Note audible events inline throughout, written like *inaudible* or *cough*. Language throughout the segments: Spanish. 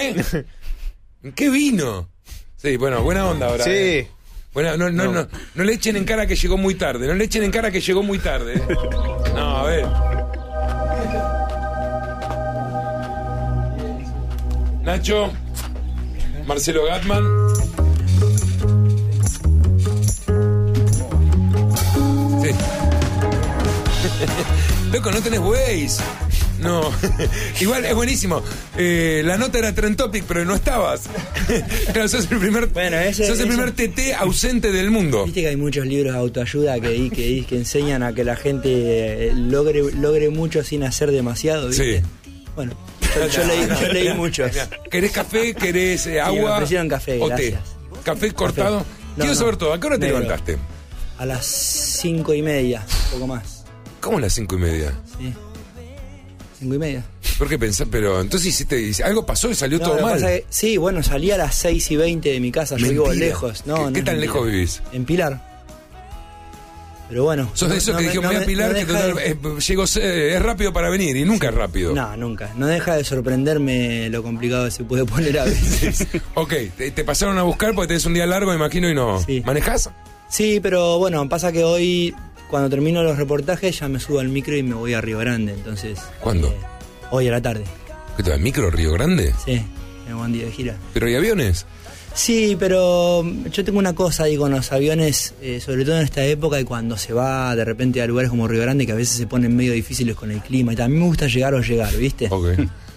¿Eh? ¿En qué vino? Sí, bueno, buena onda ahora. eh. Sí. Buena- no, no, no. no, le echen en cara que llegó muy tarde. No le echen en cara que llegó muy tarde. No, a ver. Nacho, Marcelo Gatman. Sí. *laughs* Loco, no tenés Waze. No, *laughs* igual es buenísimo. Eh, la nota era Trend Topic, pero no estabas. *laughs* claro, sos el primer, Bueno, ese- sos el ese- primer TT ausente del mundo. Viste que hay muchos libros de autoayuda que, di- que, di- que enseñan a que la gente eh, logre, logre mucho sin hacer demasiado, ¿viste? Sí. Bueno, yo, yo leí, yo leí muchos. ¿Querés café? ¿Querés eh, agua? me ofrecieron café, o té. gracias. ¿Café cortado? Café. No, Quiero no. saber todo. ¿A qué hora te Negro. levantaste? A las cinco y media, un poco más. ¿Cómo las cinco y media? Sí. Cinco y media. ¿Por ¿Por qué pensás? Pero entonces hiciste. Algo pasó y salió todo mal. sí, bueno, salí a las seis y veinte de mi casa, yo vivo Mentira. lejos. No, ¿Qué- no ¿Qué es tan mentira. lejos vivís? En Pilar. Pero bueno. Sos de esos que dijeron, voy a Pilar, que total, total eh, llego, eh, es rápido para venir y nunca es rápido. No, nunca. No deja de sorprenderme lo complicado que se puede poner a veces. Ok, te, te pasaron a buscar porque tenés un día largo, me imagino, y no. Sí. ¿Manejás? sí, pero bueno, pasa que hoy, cuando termino los reportajes, ya me subo al micro y me voy a Río Grande. Entonces, eh, ¿Cuándo? hoy a la tarde. ¿Qué te vas, micro, Río Grande? Sí, me voy un día de gira. ¿Pero y aviones? Sí, pero mm, yo tengo una cosa ahí con los aviones, eh, sobre todo en esta época y cuando se va de repente a lugares como Río Grande que a veces se ponen medio difíciles con el clima. Y también me gusta llegar o llegar, ¿viste? *laughs* Ok.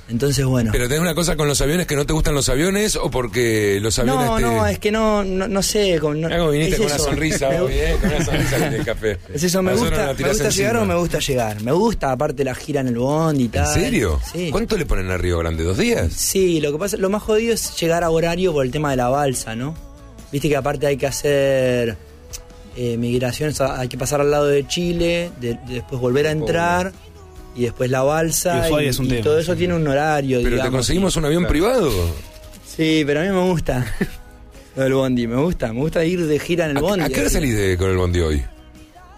Entonces, bueno. ¿Pero tenés una cosa con los aviones que no te gustan los aviones o porque los aviones No, te... no, es que no, no, no sé. Como, no- Mirá cómo viniste es con una eso. sonrisa Me gu- hoy, ¿eh? Con una *laughs* sonrisa que tiene café. Es eso, me A nosotros gusta, nos la me tirás gusta llegar o encima. me gusta llegar. Me gusta, aparte, la gira en el bond y ¿En tal. serio? Sí. ¿Cuánto le ponen a Río Grande? ¿Dos días? Sí, lo que pasa, lo más jodido es llegar a horario por el tema de la balsa, ¿no? Viste que aparte hay que hacer eh, migraciones, a- hay que pasar al lado de Chile, de- de después volver a entrar y después la balsa. Y Ushuaia es un tema, todo eso tiene un horario, ¿Pero te digamos. conseguimos un avión privado? Sí, pero a mí me *laughs* gusta. Lo del bondi, me gusta, me gusta ir de gira en el ¿A- bondi. ¿A, qué hora así. salís de- con el bondi hoy?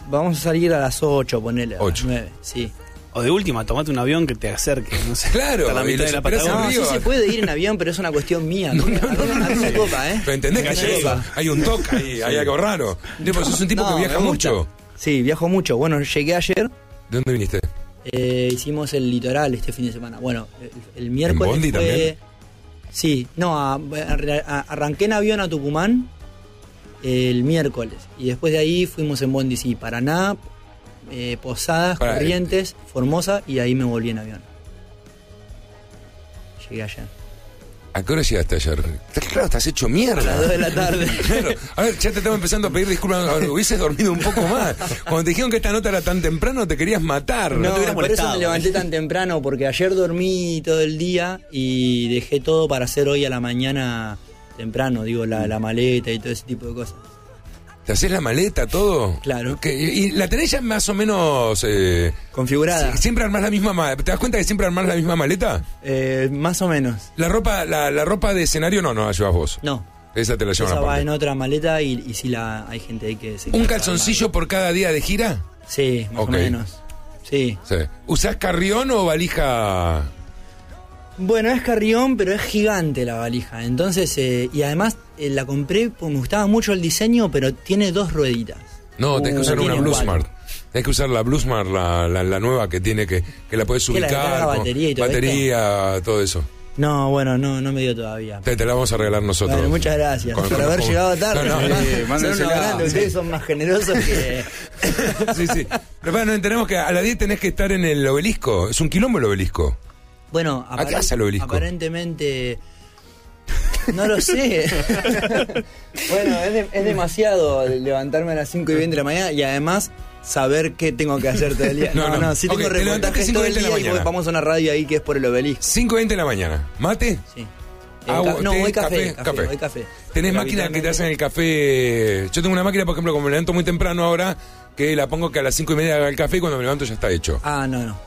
Vamos a salir a las 8, ponele. a las Ocho. 9, sí. O de última, tomate un avión que te acerque, no sé. Claro, hasta la y mitad los de la esperás en No, Patagonia. sí Río. se puede ir en avión, pero es una cuestión mía. *laughs* No, no, copa, ¿eh? ¿Pero entendés que Una hay, copa. hay un toque ahí, hay algo raro? Tipo, sos un tipo No, que viaja me gusta. mucho. Sí, viajo mucho. Bueno, llegué ayer, ¿De dónde viniste? eh, hicimos el litoral este fin de semana. Bueno, el, el miércoles bondi fue- también? Sí, no, a- a- arranqué en avión a Tucumán el miércoles. Y después de ahí fuimos en bondi, sí, Paraná, eh, Posadas, Pará, eh. Corrientes, Formosa, y ahí me volví en avión. Llegué ayer. ¿A qué hora llegaste ayer? Estás- Claro, estás hecho mierda. A las 2 de la tarde. *laughs* Claro, a ver, ya te estaba empezando a pedir disculpas. A ver, Hubieses dormido un poco más. Cuando te dijeron que esta nota era tan temprano, te querías matar. No, te hubieras por eso me molestado. levanté tan temprano, porque ayer dormí todo el día y dejé todo para hacer hoy a la mañana temprano, digo, la, la maleta y todo ese tipo de cosas. ¿Te haces la maleta, todo? Claro. Que- y la tenés ya más o menos. eh, Configurada, si- siempre armás la misma maleta. ¿Te das cuenta que siempre armás la misma maleta? eh, más o menos. La ropa, la, la ropa de escenario no, no la llevas vos. No, Esa te la llevan esa va aparte. en otra maleta y, y sí la, hay gente ahí que se ¿Un encarga de calzoncillo por cada día de gira? armarlo. Sí, más Ok. o menos. Sí. Sí. ¿Usás carrión o valija? Bueno, es carrión, pero es gigante la valija. Entonces, eh, y además eh, la compré, porque me gustaba mucho el diseño, pero tiene dos rueditas. No, tenés que usar Uh, no una tiene Bluesmart. cuatro. Tenés que usar la Bluesmart, la, la, la nueva que tiene que, que la puedes ¿Qué, la ubicar. que carga con batería y todo batería, todo eso. No, bueno, no, no me dio todavía. Te, te la vamos a regalar nosotros. Bueno, muchas gracias Con- por con- haber con- llegado tarde. No, eh, no, sí, además. Son mándensela. unos grandes, ustedes son más generosos que... sí, sí. Pero bueno, entendemos que a las 10 tenés que estar en el obelisco. Es un quilombo el obelisco. Bueno, ¿A qué hace el obelisco? aparentemente... No *laughs* lo sé. bueno, es, de- es demasiado levantarme a las 5 y 20 de la mañana y además saber qué tengo que hacer todo el día. *laughs* No, No, no. no, sí Ok, tengo te levantaste reportajes 5 y todo el 20 de la día y voy- mañana. vamos a una radio ahí que es por el obelisco. 5.20 de la mañana. ¿Mate? Sí. Eh, Agua, ca- no, té, voy Ah, café, café, café, café. voy café. ¿Tenés Porque máquina que te habitualmente- hacen el café? Yo tengo una máquina, por ejemplo, como me levanto muy temprano ahora, que la pongo que a las 5 y media haga el café y cuando me levanto ya está hecho. Ah, no, no.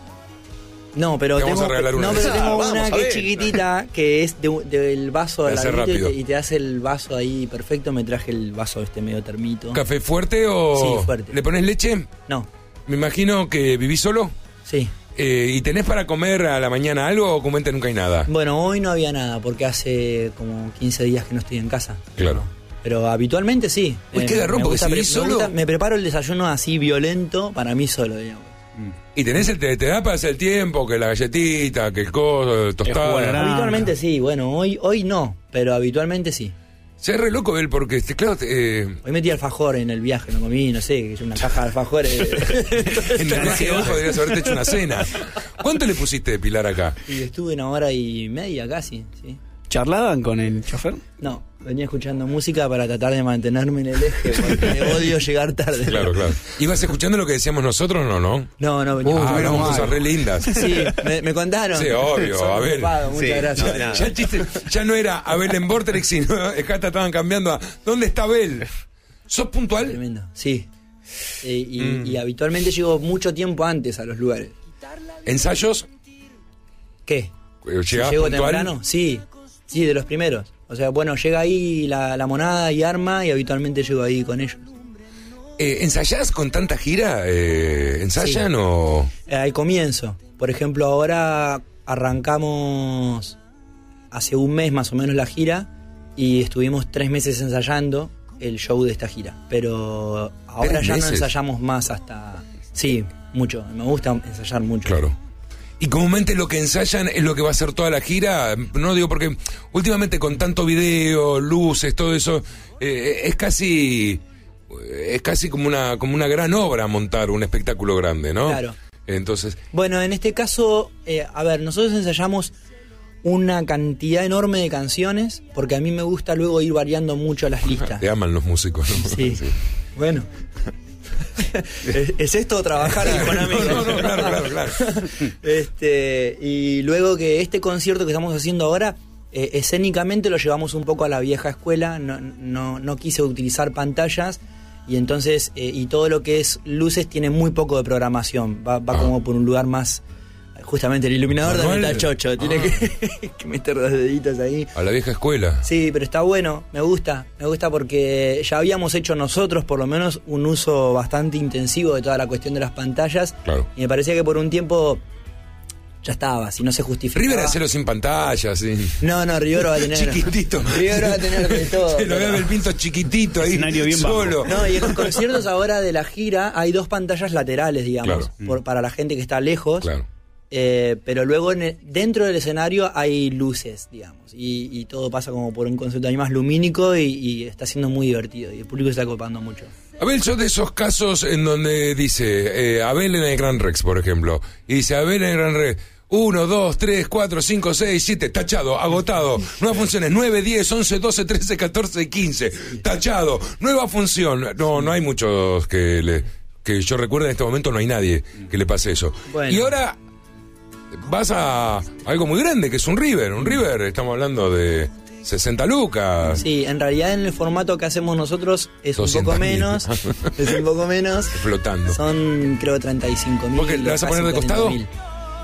No, pero Te vamos tengo, a regalar una no, de pero esas. tengo Ah, una *laughs* vamos, a que es ver. chiquitita, que es de un- del vaso Te al hace ladito y rápido. te, y te hace el vaso ahí perfecto. Me traje el vaso este medio termito. ¿Café fuerte o.? Sí, fuerte. ¿Le pones leche? No, Me imagino que vivís solo. sí. Eh, ¿Y tenés para comer a la mañana algo o comúnmente nunca hay nada? Bueno, hoy no había nada porque hace como 15 días que no estoy en casa. Claro. Pero habitualmente sí. Eh, Uy, qué garrón, me porque gusta si pre- vivís me solo- gusta- me preparo el desayuno así violento para mí solo, digamos. ¿Y tenés el, te, te da para hacer el tiempo? Que la galletita, que el coso, el jugo de tostado. naranja. Habitualmente sí, bueno, hoy, hoy no, pero habitualmente sí. Se re loco él porque, este, claro, te- eh, Hoy metí alfajor en el viaje, no comí, no sé, una caja de alfajores. *laughs* *laughs* en la noche de hoy podrías haberte hecho una cena. ¿Cuánto le pusiste de pilar acá? y estuve una hora y media casi, sí. ¿Charlaban con el chofer? No, venía escuchando música para tratar de mantenerme en el eje, porque *laughs* me odio llegar tarde. Claro, claro. ¿Ibas escuchando lo que decíamos nosotros no, no? No, no, venía. ah, hablamos mal. cosas re lindas. Sí, me, me contaron. Sí, obvio, Son a ver. ocupados, Muchas Sí, gracias. no, nada. Ya el chiste, ya no era Abel en Vortex, sino acá estaban cambiando a ¿Dónde está Abel? ¿Sos puntual? Tremendo, sí. Eh, y, Mm. y habitualmente llego mucho tiempo antes a los lugares. ¿Ensayos? ¿Qué? Eh, Si ¿Llegás ¿Llego puntual? temprano? Sí, sí, de los primeros. O sea, bueno, llega ahí la, la monada y arma y habitualmente llego ahí con ellos. Eh, ¿Ensayás con tanta gira? Eh, ¿Ensayan Sí. o...? Eh, al comienzo. Por ejemplo, ahora arrancamos hace un mes más o menos la gira y estuvimos tres meses ensayando el show de esta gira. Pero ahora ¿Tres ya meses? no ensayamos más hasta... Sí, mucho. Me gusta ensayar mucho. Claro. Y comúnmente lo que ensayan es lo que va a ser toda la gira. No digo porque últimamente con tanto video, luces, todo eso, eh, es casi es casi como una como una gran obra montar un espectáculo grande, ¿no? Claro. Entonces, Bueno, en este caso, eh, a ver, nosotros ensayamos una cantidad enorme de canciones porque a mí me gusta luego ir variando mucho las listas. te aman los músicos, ¿no? Sí. *laughs* Bueno. ¿Es, es esto trabajar ahí con amigos? No, no, no, claro, claro, claro. Este, y luego que este concierto que estamos haciendo ahora, eh, escénicamente lo llevamos un poco a la vieja escuela, no, no, no quise utilizar pantallas y entonces, eh, y todo lo que es luces tiene muy poco de programación, va, va Ah. como por un lugar más, justamente el iluminador también Manuel. está chocho, tiene Ah. que, *laughs* que meter los deditos ahí. *laughs* A la vieja escuela. Sí, pero está bueno, me gusta, me gusta porque ya habíamos hecho nosotros por lo menos un uso bastante intensivo de toda la cuestión de las pantallas Claro. y me parecía que por un tiempo ya estaba, si no se justificaba. River hacerlo sin pantalla, sí. No, no, River va a tener. Chiquitito. River va a tener de todo. Se *laughs* lo ve a pero- Abel Pinto chiquititito ahí. Escenario bien bajo. solo. No, y en los conciertos ahora de la gira hay dos pantallas laterales, digamos, Claro. por- para la gente que está lejos. Claro. Eh, pero luego en el- dentro del escenario hay luces, digamos, y, y todo pasa como por un concepto ahí más lumínico y, y está siendo muy divertido y el público se está copando mucho. Abel, yo de esos casos en donde dice eh, Abel en el Gran Rex, por ejemplo, y dice Abel en el Gran Rex, 1, 2, 3, 4, 5, 6, 7, tachado, agotado, nuevas funciones, 9, 10, 11, 12, 13, 14, 15, tachado, nueva función. No, no hay muchos que le, que yo recuerde en este momento, no hay nadie que le pase eso. Bueno. Y ahora vas a algo muy grande, que es un River, un River, estamos hablando de 60 lucas. Sí, en realidad en el formato que hacemos nosotros es un 200.000. poco menos, es un poco *laughs* menos. Flotando. Son creo 35 mil. ¿Por qué? ¿La vas a poner de costado?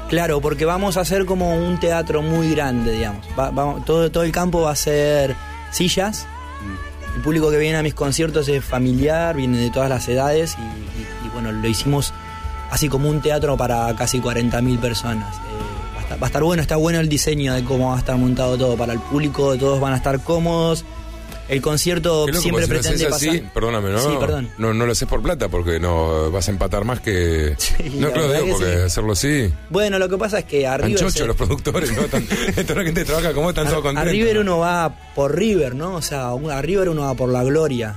Claro, porque vamos a hacer como un teatro muy grande, digamos. Va- va- todo, todo el campo va a ser sillas. Mm. El público que viene a mis conciertos es familiar, viene de todas las edades y, y- y, bueno, lo hicimos así como un teatro para casi 40.000 personas. Eh, va, a estar, va a estar bueno, está bueno el diseño de cómo va a estar montado todo para el público, todos van a estar cómodos. El concierto Qué loco, siempre porque si lo pretende haces así, pasar. Perdóname, ¿no? Sí, perdón. No, no lo haces por plata porque no eh, vas a empatar más que. *laughs* Sí, no, la claro, verdad digo, que porque sí. hacerlo así. Bueno, lo que pasa es que Tan arriba. chocho los productores, ¿no? *laughs* Tan- toda la gente que trabaja como están todos A, a contentos. River uno va por River, ¿no? O sea, un- a River uno va por la gloria.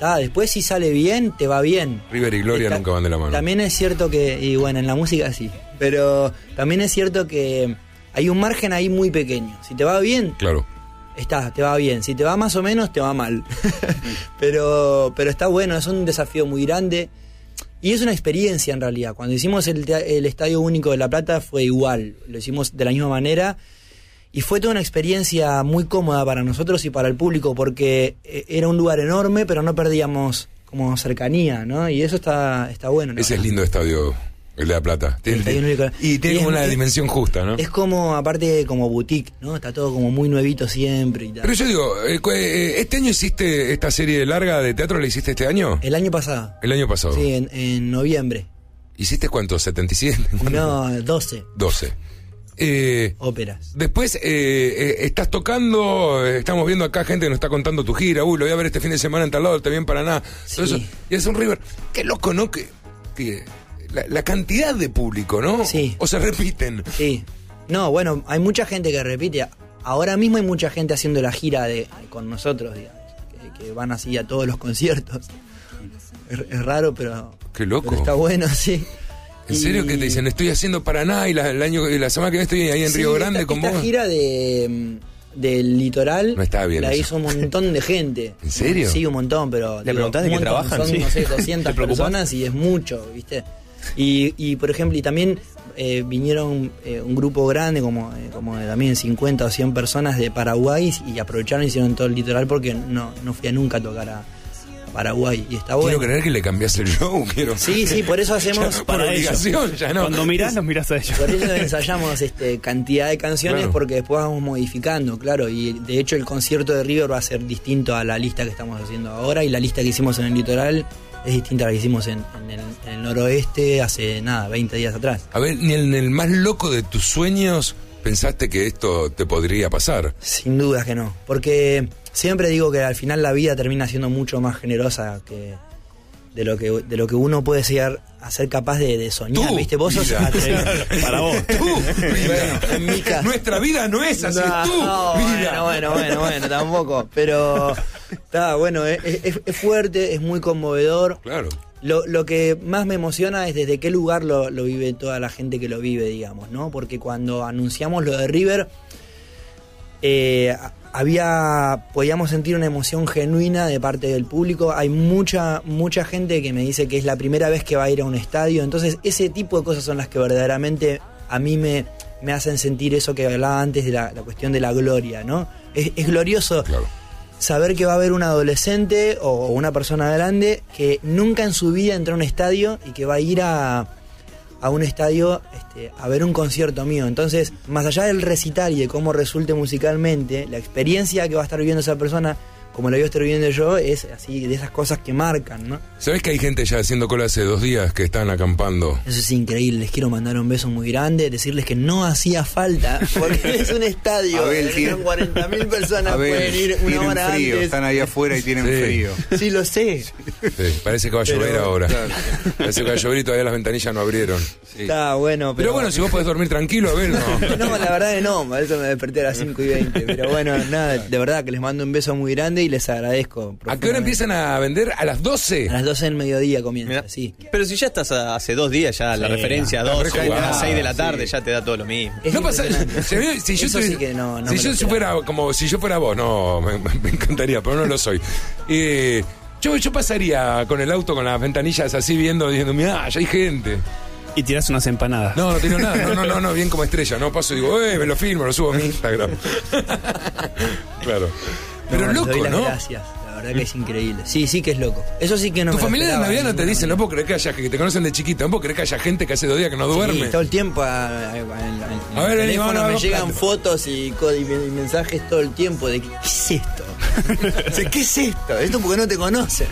Ta, Después si sale bien, te va bien. River y Gloria Ta- nunca van de la mano. También es cierto que, y bueno, en la música sí, pero también es cierto que hay un margen ahí muy pequeño. Si te va bien, Claro. está, te va bien. Si te va más o menos, te va mal. *laughs* pero, pero está bueno, es un desafío muy grande. Y es una experiencia en realidad. Cuando hicimos el, tea- el Estadio Único de La Plata fue igual, lo hicimos de la misma manera. Y fue toda una experiencia muy cómoda para nosotros y para el público, porque eh, era un lugar enorme, pero no perdíamos como cercanía, ¿no? Y eso está, está bueno. la Ese es verdad. lindo estadio, el de La Plata. Tiene- El Estadio Único de La- y tiene Y es- como una es- dimensión justa, ¿no? Es como, aparte, como boutique, ¿no? Está todo como muy nuevito siempre y tal. Pero yo digo, eh, cu- eh, ¿este año hiciste esta serie larga de teatro? ¿La hiciste este año? El año pasado. El año pasado. Sí, en, en noviembre. ¿Hiciste cuánto? ¿77? No, 12 12. Eh, óperas. Después eh, eh, estás tocando, eh, estamos viendo acá gente que nos está contando tu gira, uy, lo voy a ver este fin de semana en tal lado, también para nada. Todo Sí. eso. Y es un River. Qué loco, ¿no? Que, que la, la cantidad de público, ¿no? Sí. O se repiten. Sí. No, bueno, hay mucha gente que repite. Ahora mismo hay mucha gente haciendo la gira de, con nosotros, digamos, que, que van así a todos los conciertos. Es, es raro, pero, Qué loco. pero está bueno, *laughs* sí. ¿En Y- serio que te dicen, estoy haciendo Paraná y la, el año, y la semana que viene estoy ahí en Sí, Río Grande esta, con esta vos? gira de, mm, del litoral No está bien la eso. hizo un montón de gente. *laughs* ¿En serio? Sí, un montón, pero. ¿Le digo, preguntás de un qué montón, trabajan? Son, Sí. *laughs* no sé, 200 ¿Te preocupás? personas y es mucho, ¿viste? Y, y, por ejemplo, y también eh, vinieron eh, un grupo grande, como, eh, como de también 50 o 100 personas de Paraguay y aprovecharon y hicieron todo el litoral porque no, no fui a nunca a tocar a, a Paraguay. Y está Quiero bueno. creer que le cambiaste el show, *laughs* quiero. Sí, sí, por *laughs* eso hacemos. Ya, por para ellos. obligación, ya no. Cuando mirás, los mirás a ellos. Por eso ensayamos este, cantidad de canciones Claro. porque después vamos modificando, claro. Y de hecho el concierto de River va a ser distinto a la lista que estamos haciendo ahora y la lista que hicimos en el litoral es distinta a la que hicimos en, en el, en el noroeste hace nada, 20 días atrás. A ver, ni en el más loco de tus sueños pensaste que esto te podría pasar. Sin duda que no. Porque siempre digo que al final la vida termina siendo mucho más generosa que de lo que, de lo que uno puede llegar a ser capaz de, de soñar, Tú, ¿viste? Vos sos vida. atrevido. Para vos. Tú, vida. *laughs* en mi caso. Nuestra vida no es así, No, es tú, no, vida. Bueno, bueno, bueno, bueno, tampoco. *laughs* Pero está bueno, es, es- es fuerte, es muy conmovedor. Claro. Lo, lo que más me emociona es desde qué lugar lo, lo vive toda la gente que lo vive, digamos, ¿no? Porque cuando anunciamos lo de River, eh, había podíamos sentir una emoción genuina de parte del público hay mucha mucha gente que me dice que es la primera vez que va a ir a un estadio entonces ese tipo de cosas son las que verdaderamente a mí me, me hacen sentir eso que hablaba antes de la, la cuestión de la gloria no es, es glorioso Claro. saber que va a haber un adolescente o, o una persona grande que nunca en su vida entró a un estadio y que va a ir a, a un estadio este, a ver un concierto mío. Entonces, más allá del recital y de cómo resulte musicalmente, la experiencia que va a estar viviendo esa persona, como la voy a estar viviendo yo, es así de esas cosas que marcan, ¿no? ¿Sabés que hay gente ya haciendo cola hace dos días que están acampando? Eso es increíble, les quiero mandar un beso muy grande, decirles que no hacía *laughs* falta, porque es un estadio, Abel, que tiene- 40.000 personas A ver, pueden ir una tienen hora frío, antes. están ahí afuera y tienen Sí. frío. Sí, lo sé. Sí, parece que va a llover Pero- ahora. Parece que va a llover y todavía las ventanillas no abrieron. Está bueno, Pero bueno, si vos podés dormir tranquilo, a ver, no. *laughs* No, la verdad que no, por eso me desperté a las 5 y 20. Pero bueno, *laughs* nada, de verdad que les mando un beso muy grande y les agradezco. ¿A qué hora profundamente. empiezan a vender? ¿A las 12? A las 12 del mediodía comienza, Mirá. sí. Pero si ya estás a- hace dos días, ya la Sí, referencia a está dos, rejugado, a las seis de la sí. tarde, ya te da todo lo mismo. Es no pasa. *laughs* impresionante. Si, yo- si yo, Eso tuvi- sí que no- no si me yo lo fuera esperaba. como si yo fuera vos, no, me, me- me encantaría, pero no lo soy. Eh, yo, yo pasaría con el auto con las ventanillas así viendo, diciendo, mira, ya hay gente. Y tirás unas empanadas. No, no tengo nada, no, no, no, no, bien como estrella, no paso y digo, eh, me lo filmo, lo subo a mi *laughs* Instagram. claro. Pero les doy loco, las ¿no? Gracias, la verdad que es increíble. Sí, sí que es loco. Eso sí que no Tus me lo familiares en esperaba Navidad no te ninguna dicen, no manera. puedo creer que haya, que te conocen de chiquita, no puedo creer que haya gente que hace dos días que no duerme. Sí, todo el tiempo a, a- a- en- en A ver, el vení, vamos teléfono a me comprar. llegan fotos y, co- y men- y mensajes todo el tiempo de que, ¿qué *laughs* es esto? O sea, ¿Qué es esto? Esto porque no te conocen.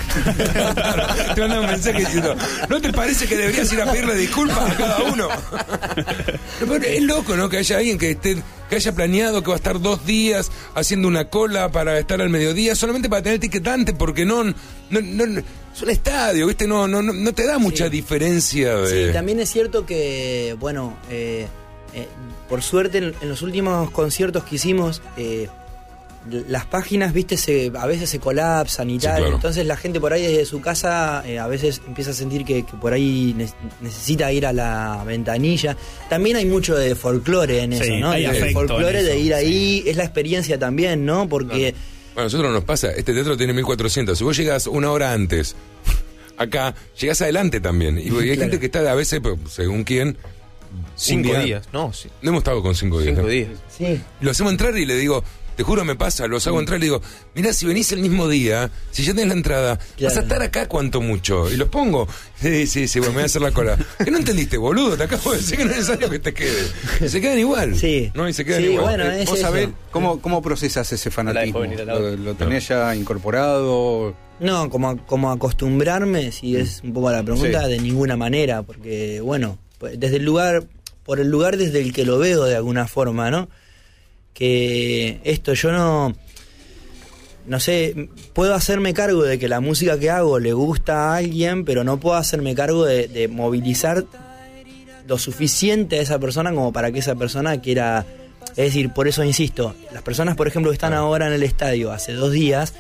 Te mandan un mensaje diciendo, ¿no te parece que deberías ir a pedirle disculpas a cada *laughs* uno? No, pero es loco, ¿no? Que haya alguien que esté, que haya planeado que va a estar dos días haciendo una cola para estar al mediodía, solamente para tener tiquetante, porque no, no, no- es un estadio, ¿viste? No, no, no, no te da mucha diferencia de. Sí, también es cierto que, bueno, eh, eh, por suerte en, en los últimos conciertos que hicimos, eh, l- las páginas, viste, se, a veces se colapsan y Sí, tal. claro. Entonces la gente por ahí desde su casa eh, a veces empieza a sentir que, que por ahí ne- necesita ir a la ventanilla. También hay mucho de folclore en Sí, eso, ¿no? hay Digo, el afecto en folclore de eso, ir sí. ahí es la experiencia también, ¿no? Porque... Bueno, a nosotros nos pasa, este teatro tiene 1400. Si vos llegás una hora antes, *laughs* acá, llegás adelante también. Y, y hay Claro. gente que está a veces, pues, según quién. Cinco día- días, no, sí, No hemos estado con cinco días. cinco ¿no? días. Sí. Lo hacemos entrar y le digo, te juro me pasa, los hago entrar y le digo, mirá, si venís el mismo día, si ya tenés la entrada, vas a Claro. estar acá cuanto mucho. Y los pongo. Sí, sí, sí, bueno, me voy a hacer la cola. Que no entendiste, boludo, te acabo de decir que no es necesario que te quedes. Y se quedan igual. Sí. ¿No? Y se quedan Sí, igual. bueno, Eh, es ¿Vos eso. sabés cómo, cómo procesas ese Hola, fanatismo? joven, mira la ¿Lo, otra. lo tenés ya incorporado? No, como, a- como acostumbrarme, si es un poco la pregunta, Sí. de ninguna manera, porque bueno, pues, desde el lugar, por el lugar desde el que lo veo de alguna forma, ¿no? Que esto yo no, no sé, puedo hacerme cargo de que la música que hago le gusta a alguien, pero no puedo hacerme cargo de, de movilizar lo suficiente a esa persona como para que esa persona quiera... Es decir, por eso insisto, las personas, por ejemplo, que están ahora en el estadio hace dos días,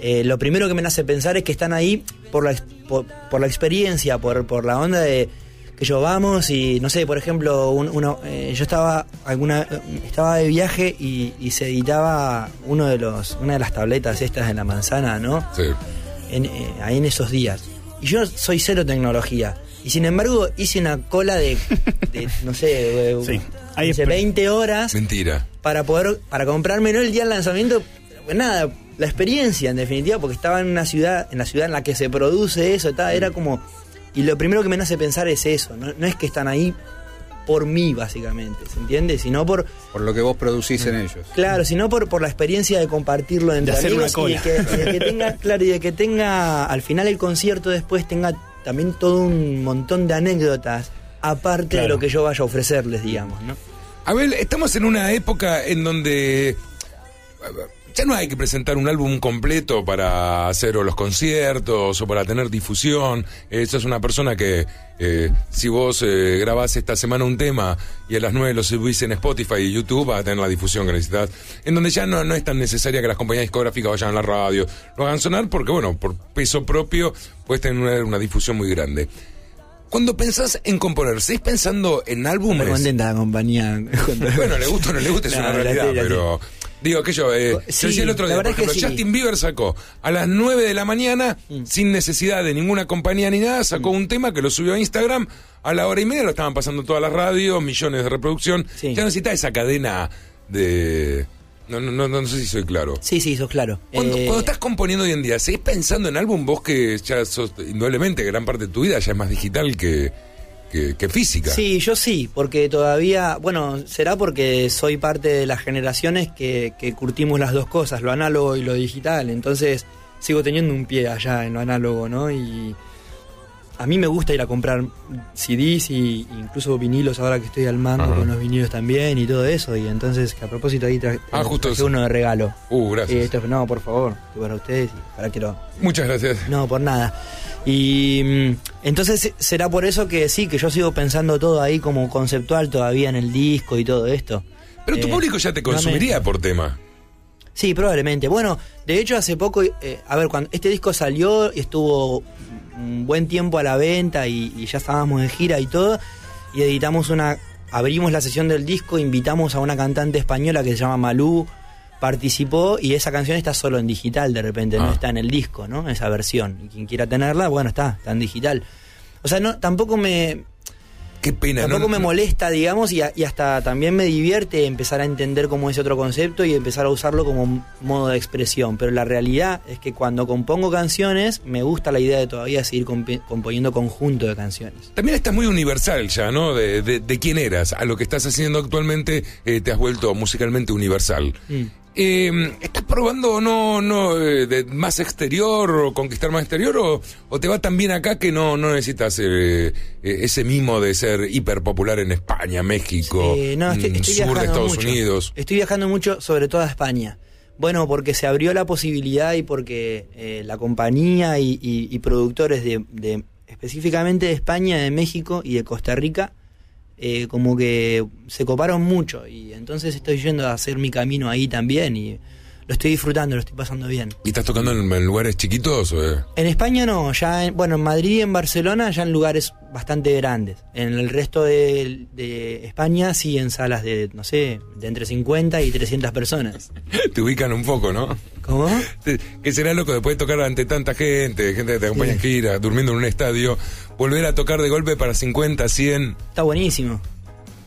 eh, lo primero que me hace pensar es que están ahí por la, ex- por, por la experiencia, por, por la onda de que yo vamos y no sé, por ejemplo, un- uno, eh, yo estaba alguna estaba de viaje y, y se editaba uno de los una de las tabletas estas de la manzana, ¿no? Sí. en, eh, ahí en esos días. Y yo soy cero tecnología. Y sin embargo hice una cola de, de, no sé, de- Sí, ahí es de pre- 20 horas Mentira. para poder para comprármelo el día del lanzamiento pues nada la experiencia en definitiva porque estaba en una ciudad en la ciudad en la que se produce eso ta, era como y lo primero que me hace pensar es eso no, no es que están ahí por mí básicamente ¿se entiende? sino por Por lo que vos producís en ellos. claro sino por por la experiencia de compartirlo entre De hacer amigos una y de cola. que, y de que *laughs* tenga claro y de que tenga al final el concierto después tenga también todo un montón de anécdotas aparte de Claro. lo que yo vaya a ofrecerles digamos ¿no? Abel, estamos en una época en donde ya no hay que presentar un álbum completo para hacer o los conciertos o para tener difusión. Eh, sos una persona que eh, si vos eh, grabás esta semana un tema y a las 9 lo subís en Spotify y YouTube vas a tener la difusión que necesitas. En donde ya no, no es tan necesaria que las compañías discográficas vayan a la radio, lo hagan sonar porque, bueno, por peso propio puedes tener una, una difusión muy grande. Cuando pensás en componer, ¿seguís pensando en álbumes? Pero contenta la compañía Bueno, *laughs* le gusta o no le gusta, es No, una la realidad, tela, pero. Digo, que yo, eh, Sí, yo decía el otro la día, por verdad es que ejemplo, sí. Mm. Justin Bieber sacó a las 9 de la mañana, sin necesidad de ninguna compañía ni nada, sacó un tema que lo subió a Instagram, a la hora y media lo estaban pasando todas las radios, millones de reproducción. Sí. Ya necesita esa cadena de. No, no, no, no sé si soy claro. Sí, sí, sos claro. Cuando, Eh, cuando estás componiendo hoy en día, ¿seguís pensando en álbum vos que ya sos, indudablemente, gran parte de tu vida ya es más digital que, que, que física? Sí, yo sí, porque todavía, bueno, será porque soy parte de las generaciones que, que curtimos las dos cosas, lo análogo y lo digital, entonces sigo teniendo un pie allá en lo análogo, ¿no? Y a mí me gusta ir a comprar CDs y incluso vinilos ahora que estoy al mando Ajá. con los vinilos también y todo eso, y entonces que a propósito ahí tra- Ah, justo traje eso. uno de regalo. Uh, gracias. Eh, esto- no, por favor, para ustedes y para que lo Muchas gracias. No, por nada. Y mm, entonces será por eso que sí, que yo sigo pensando todo ahí como conceptual todavía en el disco y todo esto. Pero tu Eh, público ya te no me- consumiría por tema. Sí, probablemente. Bueno, de hecho hace poco, eh, a ver, cuando este disco salió, estuvo un buen tiempo a la venta y, y ya estábamos de gira y todo, y editamos una, abrimos la sesión del disco, invitamos a una cantante española que se llama Malú, participó y esa canción está solo en digital de repente, Ah. no está en el disco, ¿no? Esa versión. Y quien quiera tenerla, bueno, está, está en digital. O sea, no, tampoco me, Qué pena, Tampoco ¿no? me molesta, digamos, y, a- y hasta también me divierte empezar a entender cómo es otro concepto y empezar a usarlo como un modo de expresión. Pero la realidad es que cuando compongo canciones, me gusta la idea de todavía seguir compi- componiendo conjunto de canciones. También estás muy universal ya, ¿no? De, de- de quién eras. A lo que estás haciendo actualmente eh, te has vuelto musicalmente universal. Mm. Eh, ¿Estás probando o no, no eh, de más exterior o conquistar más exterior o, o te va tan bien acá que no, no necesitas eh, eh, ese mimo de ser hiperpopular en España, México, Eh, no, estoy, mm, estoy sur viajando de Estados mucho. Unidos? Estoy viajando mucho, sobre todo a España. Bueno, porque se abrió la posibilidad y porque eh, la compañía y, y- y productores de, de- específicamente de España, de México y de Costa Rica, eh, como que se coparon mucho. Y entonces estoy yendo a hacer mi camino ahí también y lo estoy disfrutando, lo estoy pasando bien. ¿Y estás tocando en, en lugares chiquitos? *laughs* eh? En España no, ya en, bueno, en Madrid y en Barcelona ya en lugares bastante grandes. En el resto de, de España sí en salas de, no sé, de entre 50 y 300 personas. Te ubican un poco, ¿no? ¿Cómo? Te- que será loco después de tocar ante tanta gente, gente que te acompaña en gira, durmiendo en un estadio, volver a tocar de golpe para 50, 100. Está buenísimo.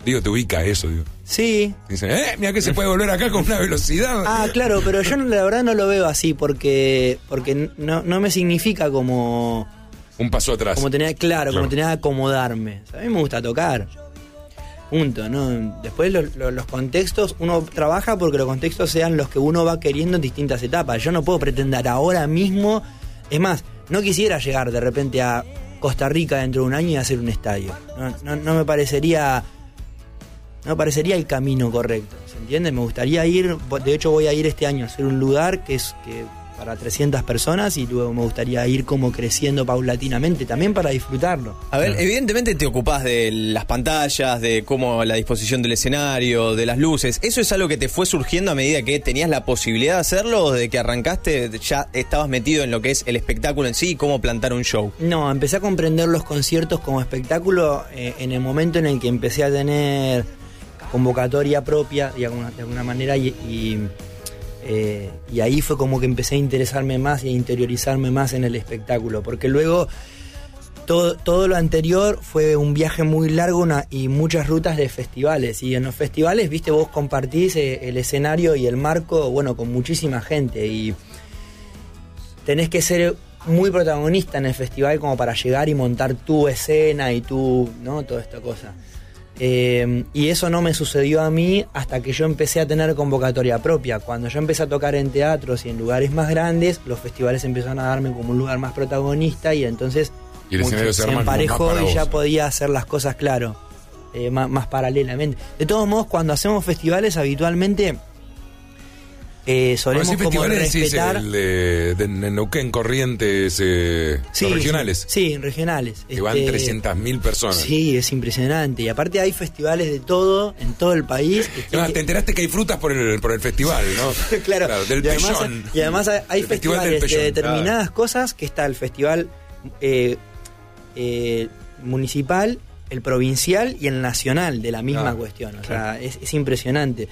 Digo, te ubica eso, digo. Sí. Dicen, eh, mira que se puede volver acá con una velocidad. Ah, claro, pero yo no- la verdad no lo veo así porque porque no, no me significa como Un paso atrás. como tener claro, Claro. como tener que acomodarme. O sea, a mí me gusta tocar. Punto, ¿no? Después lo- lo- los contextos, uno trabaja porque los contextos sean los que uno va queriendo en distintas etapas. Yo no puedo pretender ahora mismo, es más, no quisiera llegar de repente a Costa Rica dentro de un año y hacer un estadio. No, no- no me parecería no me parecería el camino correcto, ¿se entiende? Me gustaría ir, de hecho voy a ir este año a hacer un lugar que es que para 300 personas y luego me gustaría ir como creciendo paulatinamente, también para disfrutarlo. A ver, evidentemente te ocupás de las pantallas, de cómo la disposición del escenario, de las luces. ¿Eso es algo que te fue surgiendo a medida que tenías la posibilidad de hacerlo o de que arrancaste ya estabas metido en lo que es el espectáculo en sí y cómo plantar un show? No, empecé a comprender los conciertos como espectáculo eh, en el momento en el que empecé a tener convocatoria propia, de alguna, de alguna manera, y, y, eh, y ahí fue como que empecé a interesarme más y a interiorizarme más en el espectáculo, porque luego todo, todo lo anterior fue un viaje muy largo una- y muchas rutas de festivales. Y en los festivales, viste, vos compartís eh, el escenario y el marco, bueno, con muchísima gente. Y tenés que ser muy protagonista en el festival como para llegar y montar tu escena y tu, ¿no? Toda esta cosa. Eh, y eso no me sucedió a mí hasta que yo empecé a tener convocatoria propia. Cuando yo empecé a tocar en teatros y en lugares más grandes, los festivales empezaron a darme como un lugar más protagonista y entonces Y el mucho- escenario se arma como más emparejó para y ya vos. podía hacer las cosas, claro, eh, ma- más, paralelamente. De todos modos, cuando hacemos festivales habitualmente eh, solemos Así como festivales decís, respetar... el de, de Neuquén, Corrientes, eh, Sí, los regionales. Sí, regionales. Que van Este, 300.000 personas. Sí, es impresionante. Y aparte hay festivales de todo, en todo el país. Es más, te enteraste que hay frutas por el, por el festival, ¿no? *laughs* claro, del y además, pellón. y además hay- hay El festival *laughs* del festivales de pellón. determinadas cosas, que está el festival eh, eh, municipal, el provincial y el nacional de la misma Ah, cuestión. O sea, es, es impresionante.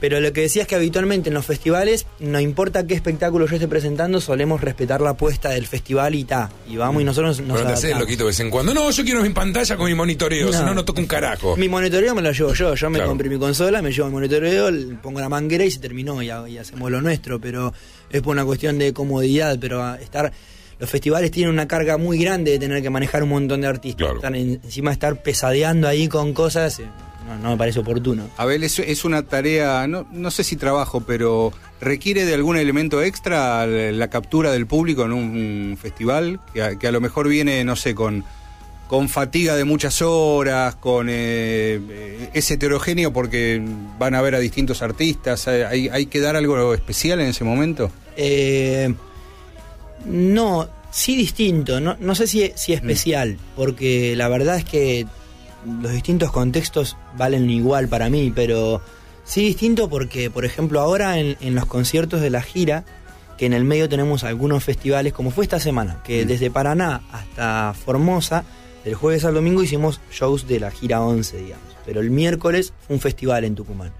Pero lo que decía es que habitualmente en los festivales, no importa qué espectáculo yo esté presentando, solemos respetar la apuesta del festival y ta. Y vamos y nosotros nos Mm. Pero no te haces adaptamos. loquito de vez en cuando. No, yo quiero mi pantalla con mi monitoreo, No. si no, no toco un carajo. Mi monitoreo me lo llevo yo. Yo me Claro. compré mi consola, me llevo el monitoreo, le pongo la manguera y se terminó y, ha- y hacemos lo nuestro. Pero es por una cuestión de comodidad. Pero ah, estar. Los festivales tienen una carga muy grande de tener que manejar un montón de artistas. Claro. Están en- encima de estar pesadeando ahí con cosas. eh, No, no me parece oportuno. Abel, es, es una tarea, no, no sé si trabajo, pero ¿requiere de algún elemento extra la la captura del público en un festival? Que a, que a lo mejor viene, no sé, con, con fatiga de muchas horas, con eh, eh, es heterogéneo porque van a ver a distintos artistas. ¿Hay- ¿Hay, hay que dar algo especial en ese momento? Eh, no, sí distinto, no, no sé si, si Mm. especial, porque la verdad es que los distintos contextos valen igual para mí, pero sí distinto porque, por ejemplo, ahora en, en los conciertos de la gira, que en el medio tenemos algunos festivales, como fue esta semana, Mm. que desde Paraná hasta Formosa, del jueves al domingo hicimos shows de la gira 11, digamos, pero el miércoles fue un festival en Tucumán.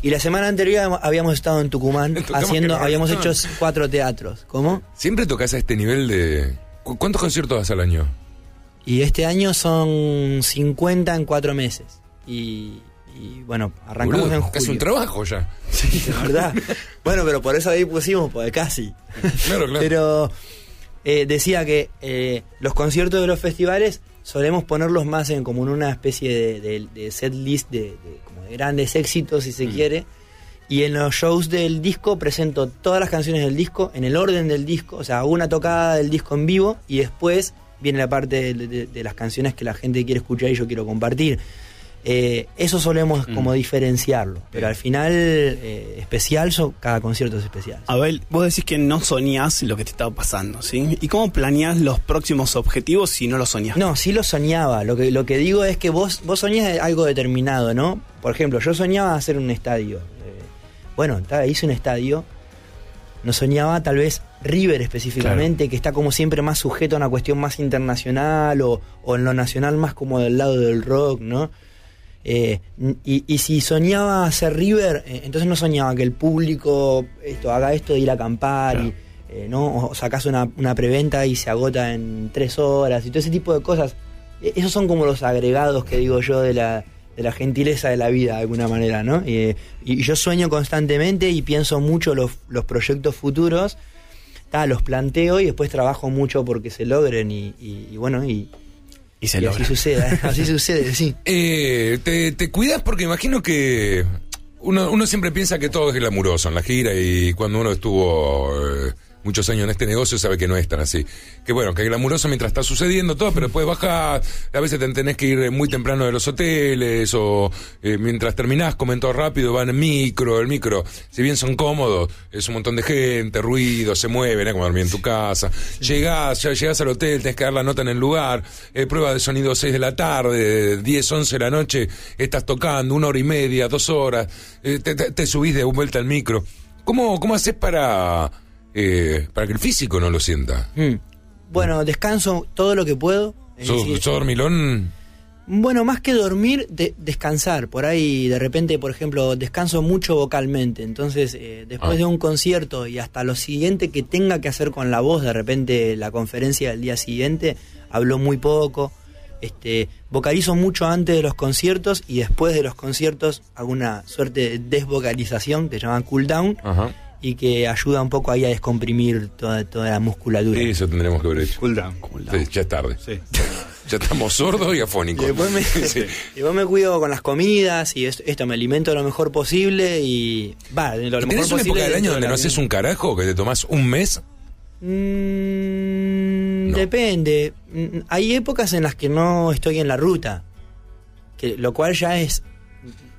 Y la semana anterior habíamos estado en *laughs* Tucumán Tocamos haciendo, que no, habíamos no. hecho cuatro teatros. ¿Cómo? Siempre tocas a este nivel de. ¿Cu- ¿Cuántos conciertos das al año? Y este año son 50 en cuatro meses. Y, y, bueno, arrancamos Boludo, en Casi julio. un trabajo *laughs* ya. de *laughs* verdad. bueno, pero por eso ahí pusimos, pues casi. Claro, claro. Pero eh, decía que eh, los conciertos de los festivales solemos ponerlos más en como en una especie de, de- de set list de, de- como de grandes éxitos, si se Mm. quiere. Y en los shows del disco presento todas las canciones del disco, en el orden del disco, o sea, hago una tocada del disco en vivo y después viene la parte de, de- de las canciones que la gente quiere escuchar y yo quiero compartir. Eh, eso solemos Mm. como diferenciarlo, pero al final eh, especial, so- cada concierto es especial. Abel, vos decís que no soñás lo que te estaba pasando, ¿sí? ¿Y cómo planeás los próximos objetivos si no los soñás? No, sí lo soñaba. Lo que, lo que digo es que vos, vos soñás algo determinado, ¿no? Por ejemplo, yo soñaba hacer un estadio. Eh, bueno, ta- hice un estadio. No soñaba tal vez River específicamente, que está como siempre más sujeto a una cuestión más internacional o, o en lo nacional más como del lado del rock, ¿no? Eh, y, y si soñaba hacer River, eh, entonces no soñaba que el público esto, haga esto de ir a acampar, y, eh, ¿no? o sacas una, una preventa y se agota en tres horas y todo ese tipo de cosas. E- Esos son como los agregados que digo yo de la, de la gentileza de la vida, de alguna manera. ¿no? Eh, y, y yo sueño constantemente y pienso mucho los, los proyectos futuros, ta, los planteo y después trabajo mucho porque se logren y, y- y bueno, y, Y se Y así logra. sucede, *laughs* ¿eh? así sucede, sí. Eh, te, te cuidas porque imagino que uno, uno siempre piensa que todo es glamuroso en la gira y cuando uno estuvo eh, muchos años en este negocio sabe que no es tan así. Que bueno, que es glamuroso mientras está sucediendo todo, pero después bajas, a veces te tenés que ir eh, muy temprano de los hoteles o eh, mientras terminás comen todo rápido, van en micro, el micro, si bien son cómodos, es un montón de gente, ruido, se mueven, ¿eh? como dormir en tu casa. Llegás, ya llegás al hotel, tenés que dar la nota en el lugar, eh, prueba de sonido 6 de la tarde, 10, 11 de la noche, estás tocando una hora y media, dos horas, eh, te, te- te subís de vuelta al micro. ¿Cómo, cómo haces para, eh, para que el físico no lo sienta? Bueno, descanso todo lo que puedo. Es Mm. ¿Sos, decir, sos dormilón? Bueno, más que dormir, de- descansar. Por ahí, de repente, por ejemplo, descanso mucho vocalmente. Entonces, eh, después Ah. de un concierto y hasta lo siguiente que tenga que hacer con la voz, de repente, la conferencia del día siguiente, habló muy poco. Este, vocalizo mucho antes de los conciertos y después de los conciertos hago una suerte de desvocalización que llaman cool down Ajá. y que ayuda un poco ahí a descomprimir toda, toda la musculatura. Eso tendremos que haber hecho. Cool down. Sí, ya es tarde. Sí. Ya estamos sordos y afónicos. Y después me, *laughs* Sí. después me cuido con las comidas y es- esto, me alimento lo mejor posible y. Va, lo, lo mejor ¿Tenés una posible. época del año dentro de donde la no haces un carajo, que te tomás un mes? Mm, No. Depende. Mm, Hay épocas en las que no estoy en la ruta. Que, lo cual ya es.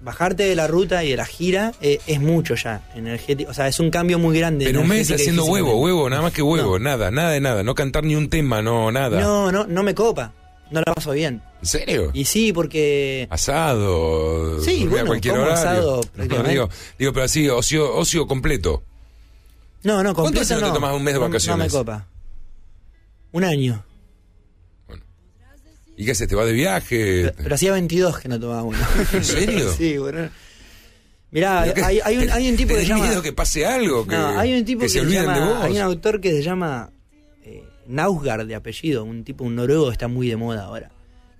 Bajarte de la ruta y de la gira eh, es mucho ya. Energético. O sea, es un cambio muy grande. Pero un mes energética y haciendo huevo, físicamente. huevo, nada más que huevo, nada, nada de nada, no cantar ni un tema, no, nada. No, no, no me copa. No la paso bien. ¿En serio? Y sí, porque. Asado, Sí, dormir bueno, como asado, No, prácticamente. digo, digo, pero así, ocio, ocio completo. No, no, ¿Cuánto completo hace no te tomas un mes de No- No, vacaciones? me copa. Un año. ¿Y qué haces? ¿Te vas de viaje? Pero, pero hacía 22 que no tomaba uno. ¿En serio? *laughs* sí, bueno. Mirá, ¿Pero qué? hay, hay un, hay un tipo que *laughs* ¿Tenés llama... miedo que pase algo? Que, no, hay un tipo que que, se se olviden llama... de vos. Hay un autor que se llama eh, Nausgaard de apellido, un tipo, un noruego que está muy de moda ahora.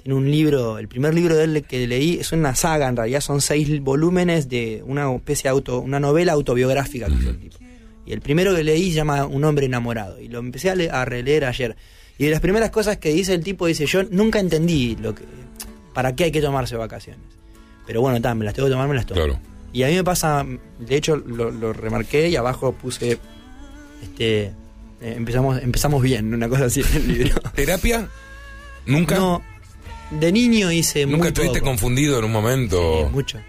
Tiene un libro, el primer libro de él que leí, es una saga en realidad, son seis volúmenes de una especie de auto, una novela autobiográfica que hizo el tipo. Y el primero que leí se llama Un hombre enamorado. Y lo empecé a, le- a releer ayer. Y de las primeras cosas que dice el tipo, dice, yo nunca entendí lo que, para qué hay que tomarse vacaciones. Pero bueno, también me las tengo que tomar, me las tomo. Claro. Y a mí me pasa, de hecho lo, lo remarqué y abajo puse, este, eh, empezamos, empezamos bien, *laughs* una cosa así en el libro. ¿Terapia? ¿Nunca? No, de niño hice ¿Nunca muy estuviste poco. confundido en un momento? Sí, mucho.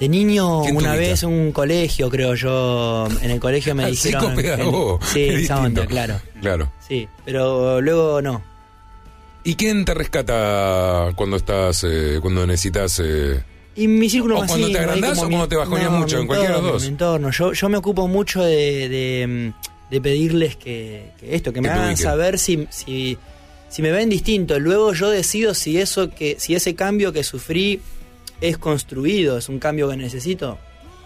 De niño, ¿Quién una tuviste? vez un colegio, creo yo, en el colegio *laughs* me Ah, dijeron... psicopedagogo. en- sí, *laughs* Es esa distinto. onda, claro. Claro. Sí, pero luego no. ¿Y quién te rescata cuando estás, eh, cuando necesitas... eh, Y mi círculo ¿O más cuando te íntimo, ahí agrandás como o mi- cuando te bajoneás no, mucho? mi En cualquiera de los entorno, dos. mi entorno. Yo, yo me ocupo mucho de, de, mm, de pedirles que, que esto, que me Que te hagan ubiquen. saber si, si, si me ven distinto. Luego yo decido si eso que, si ese cambio que sufrí es construido, es un cambio que necesito.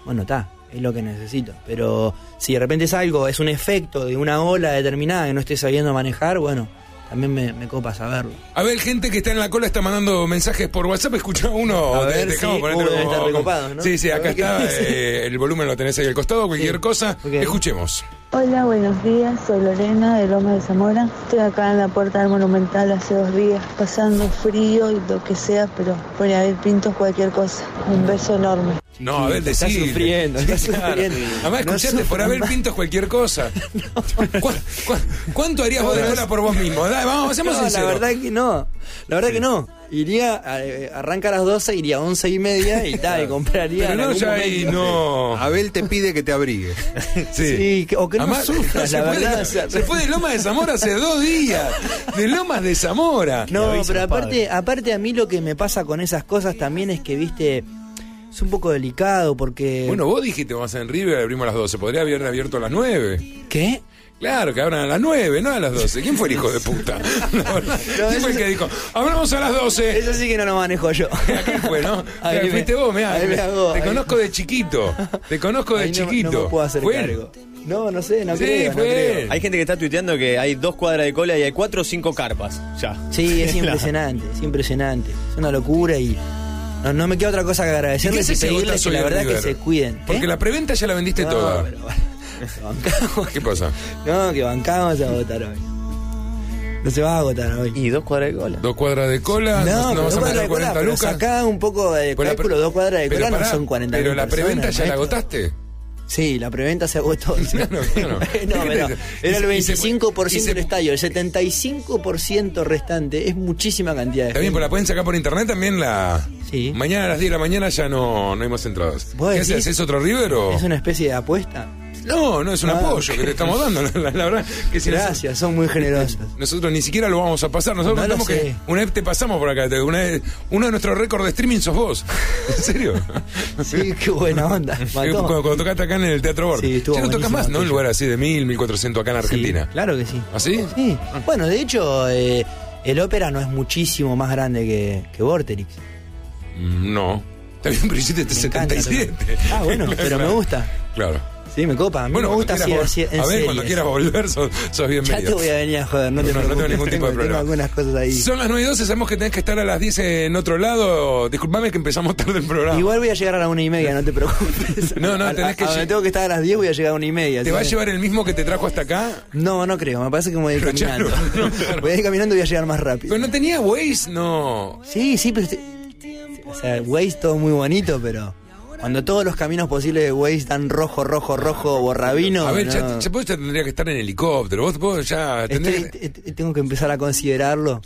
Bueno, está, es lo que necesito. Pero si de repente es algo, es un efecto de una ola determinada que no estoy sabiendo manejar, bueno, también me, me copa saberlo. A ver, gente que está en la cola está mandando mensajes por WhatsApp. Escucha uno. A de- ver, dejamos sí, ponerte uno debe como- estar como- recopado, ¿no? Sí, sí, A acá ver qué está. dice. eh, el volumen lo tenés ahí al costado. Cualquier Sí. cosa, Ok. escuchemos. Hola, buenos días. Soy Lorena de Loma de Zamora. Estoy acá en la puerta del Monumental hace dos días, pasando frío y lo que sea, pero por haber pintos cualquier cosa. Un beso enorme. No, a ver, está decir. sufriendo, está sufriendo. Además, No escuchaste, por sufra haber más. pintos cualquier *laughs* cosa. ¿Cuá- cuá- cuánto harías vos de cola por vos mismo? Dale, vamos, hacemos No, la sinceros. verdad que no. La verdad que no. Iría, eh, arranca a las 12, iría a 11 y media y tal, y compraría. Pero en no, algún ya ahí momento. no. Abel te pide que te abrigue. Sí. Sí, que- o que no Además, sufras, se la fue de- verdad. o sea, se fue de Lomas de Zamora hace dos días. De Lomas de Zamora. No, avisen, pero aparte, padre. aparte a mí lo que me pasa con esas cosas también es que, viste, es un poco delicado porque. Bueno, vos dijiste, vamos en River, abrimos a las 12. Podría haber abierto a las 9. ¿Qué? Claro, que abran a las 9, no a las 12. ¿Quién fue el hijo de *laughs* puta? No, ¿Quién eso fue el es- que dijo, abramos a las 12? Eso sí que no lo manejo *laughs* yo. ¿A quién fue, no? Ahí me- Fuiste vos, mirá, ahí me hago- te ahí- conozco de chiquito. Te conozco de ahí no- chiquito. No, me puedo hacer Fue él. cargo. No, no sé, no Sí, creo. no fue creo. él. Hay gente que está tuiteando que hay dos cuadras de cola y hay cuatro o cinco carpas. Ya. Sí, *laughs* es La- impresionante, es impresionante. Es una locura y no, no me queda otra cosa ¿Y que qué agradecerles se y hace hoy pedirles que la en verdad que River? se cuiden. ¿eh? Porque la preventa ya la vendiste No, toda. pero bueno, bancamos- *laughs* ¿Qué pasa? no, que bancamos a votar hoy. No se va a agotar hoy. Y dos cuadras de cola. Dos cuadras de cola, no, pero no vas dos a cuadras meter de cola, 40 pero lucas. Sacá un poco Pero de la pre- cálculo, dos cuadras de pero cola no pará, son 40 Pero la personas, preventa ya la maestro. agotaste. Sí, la preventa se agotó. *laughs* *laughs* Claro, claro. no, pero era *laughs* el Y se- y se- 25% y se- del estadio, el 75% restante. Es muchísima cantidad de También, gente. pero la pueden sacar por internet también la. Sí. Mañana a las 10 de la mañana ya no, no hay más entradas. ¿Vos ¿Qué decís? haces? ¿Es otro River o.? ¿Es una especie de apuesta? No, no, es un Ah, apoyo ok. que te estamos dando. La, la- la verdad que si nosotros- Gracias, son muy *laughs* generosos. Nosotros ni siquiera lo vamos a pasar. Nosotros No lo contamos que sé. una vez te pasamos por acá. te- una vez- uno de nuestros récords de streaming sos *laughs* vos. ¿En serio? Sí, *laughs* qué buena onda. Cuando, Mató. cuando tocaste acá en el Teatro Borg. Sí, estuvo ya no tocas buenísimo más, ¿no? Un aquello. lugar así de 1000, 1400 acá en Argentina. Sí, claro que sí. ¿Ah, sí? Sí. Bueno, de hecho, eh, el ópera no es muchísimo más grande que, que Vorterix. Mm, No. También, pero hiciste este Me encanta 77. tocar. Ah, *laughs* bueno, pero me gusta. Claro. Sí, me copa. A mí Bueno, me cuando gusta así, quieras así, vol- en A ver, series. cuando quieras volver, sos, sos bienvenido. Ya te voy a venir a joder, no te No, no tengo preocupes. ningún tipo de tengo- problema. Tengo algunas cosas ahí. Son las 9 y 12, sabemos que tenés que estar a las 10 en otro lado. Disculpame que empezamos tarde el programa. Igual voy a llegar a la una y media, *laughs* no te preocupes. No, no, A- a- tenés que a lle- donde tengo que estar a las 10 voy a llegar a una y media. ¿Te así va a que- llevar el mismo que te trajo hasta acá? No, no creo, me parece que me voy a ir Pero ya caminando. *laughs* no, no, claro. Voy a ir caminando y voy a llegar más rápido. Pero no tenía Waze, no. Sí, sí, pero... este- O sea, Waze todo muy bonito, pero... Cuando todos los caminos posibles de Waze dan rojo, rojo, rojo, borrabino... a ver, ya, no. ya- vos ya tendría que estar en helicóptero. Vos, vos ya tendrías Estoy- eh, eh, tengo que empezar a considerarlo.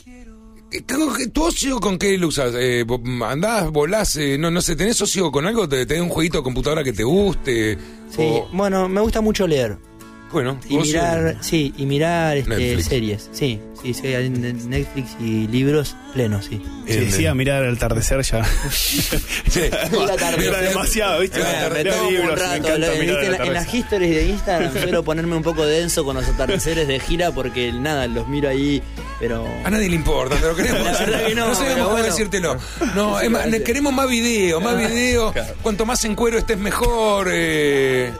que- ¿Tengo que- ¿Tu ocio con qué lo usas? Eh, vo- ¿Andás, volás? eh, no, no sé, ¿tenés ocio con algo? ¿Te, te da un jueguito de computadora que te guste? Sí, O- bueno, me gusta mucho leer. bueno, eh, Y ocio- *laughs* mirar, sí, y mirar este, Netflix. series. Sí, sí, sí, hay en Netflix y libros plenos, sí. Si decía mirar el atardecer ya. *laughs* Sí. Era demasiado, ¿viste? Era Leo demasiado. libros, me encanta lo- mirar el viste, en, la- en las atardecer. historias de Instagram suelo ponerme un poco denso con los atardeceres de gira porque nada, los miro ahí, pero... A nadie le importa, te lo queremos. La verdad que no, no pero sabemos cómo bueno. Ah, decírtelo. No, es más, ne- queremos más video, más video. Cuanto más en cuero estés mejor. eh.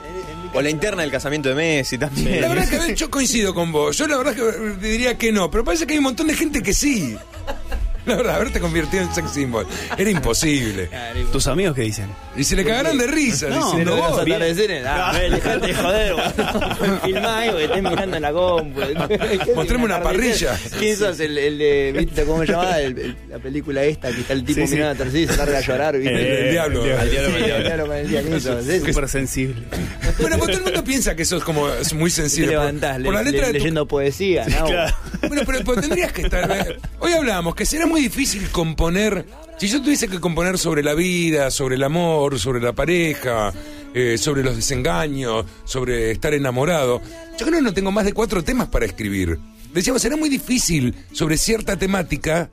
O la interna del casamiento de Messi también. La verdad que a ver, yo coincido con vos. Yo la verdad que te diría que no, pero parece que hay un montón de gente que sí. La verdad, haberte convertido en sex symbol. Era imposible. ¿Tus amigos qué dicen? Y se le cagaron de risa No, diciendo no, vos. los atardeceres, ah, a ver, dejate de joder, boludo. Filmá ahí porque estás mirando en la compu. Mostrame una parrilla. ¿Qué sos? El, el de, ¿viste cómo se llamaba? El- el- la película esta que está el tipo Sí, sí. mirando atardecer y se larga a llorar, ¿viste? Eh, el diablo. Sí, diablo, el diablo con el *laughs* diablo, eso, sí, sí. Súper sensible. Bueno, pues todo el mundo piensa que sos como es muy Te sensible. por- levantás por, le- la letra le- de tu leyendo poesía, ¿no? *laughs* Claro. Bueno, pero, pero tendrías que estar. eh, Hoy hablábamos que será muy difícil componer. Si yo tuviese que componer sobre la vida, sobre el amor, sobre la pareja, eh, sobre los desengaños, sobre estar enamorado, yo creo que no tengo más de cuatro temas para escribir. Decíamos, será muy difícil sobre cierta temática.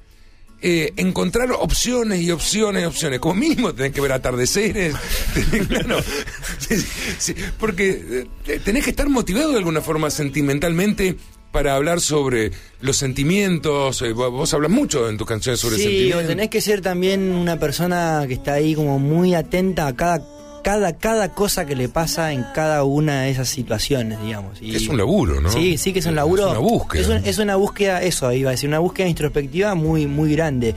eh, encontrar opciones y opciones y opciones. Como mínimo tenés que ver *laughs* atardeceres. *laughs* tenés- claro, sí, sí, porque eh, tenés que estar motivado de alguna forma sentimentalmente para hablar sobre los sentimientos. eh, vos vos hablas mucho en tus canciones sobre Sí, sentimientos. o tenés que ser también una persona que está ahí como muy atenta a cada cada cada cosa que le pasa en cada una de esas situaciones, digamos. Y- Es un laburo, ¿no? Sí, sí que es un laburo. Es una búsqueda. Es, un- es una búsqueda, eso iba a decir, una búsqueda introspectiva muy muy grande.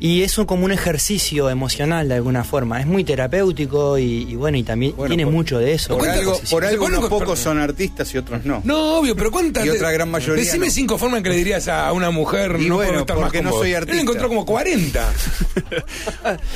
Y es un- como un ejercicio emocional de alguna forma. Es muy terapéutico y, y bueno, y también Bueno, tiene por- mucho de eso. Por ¿Cuántas algo, cosas? por ¿Se algo acuerdan unos con- pocos son artistas y otros no. No, obvio, pero ¿cuántas? Y otra gran mayoría Decime no. cinco formas en que le dirías a una mujer Y no bueno, puedo estar más porque con no vos". soy Él artista. encontró como 40.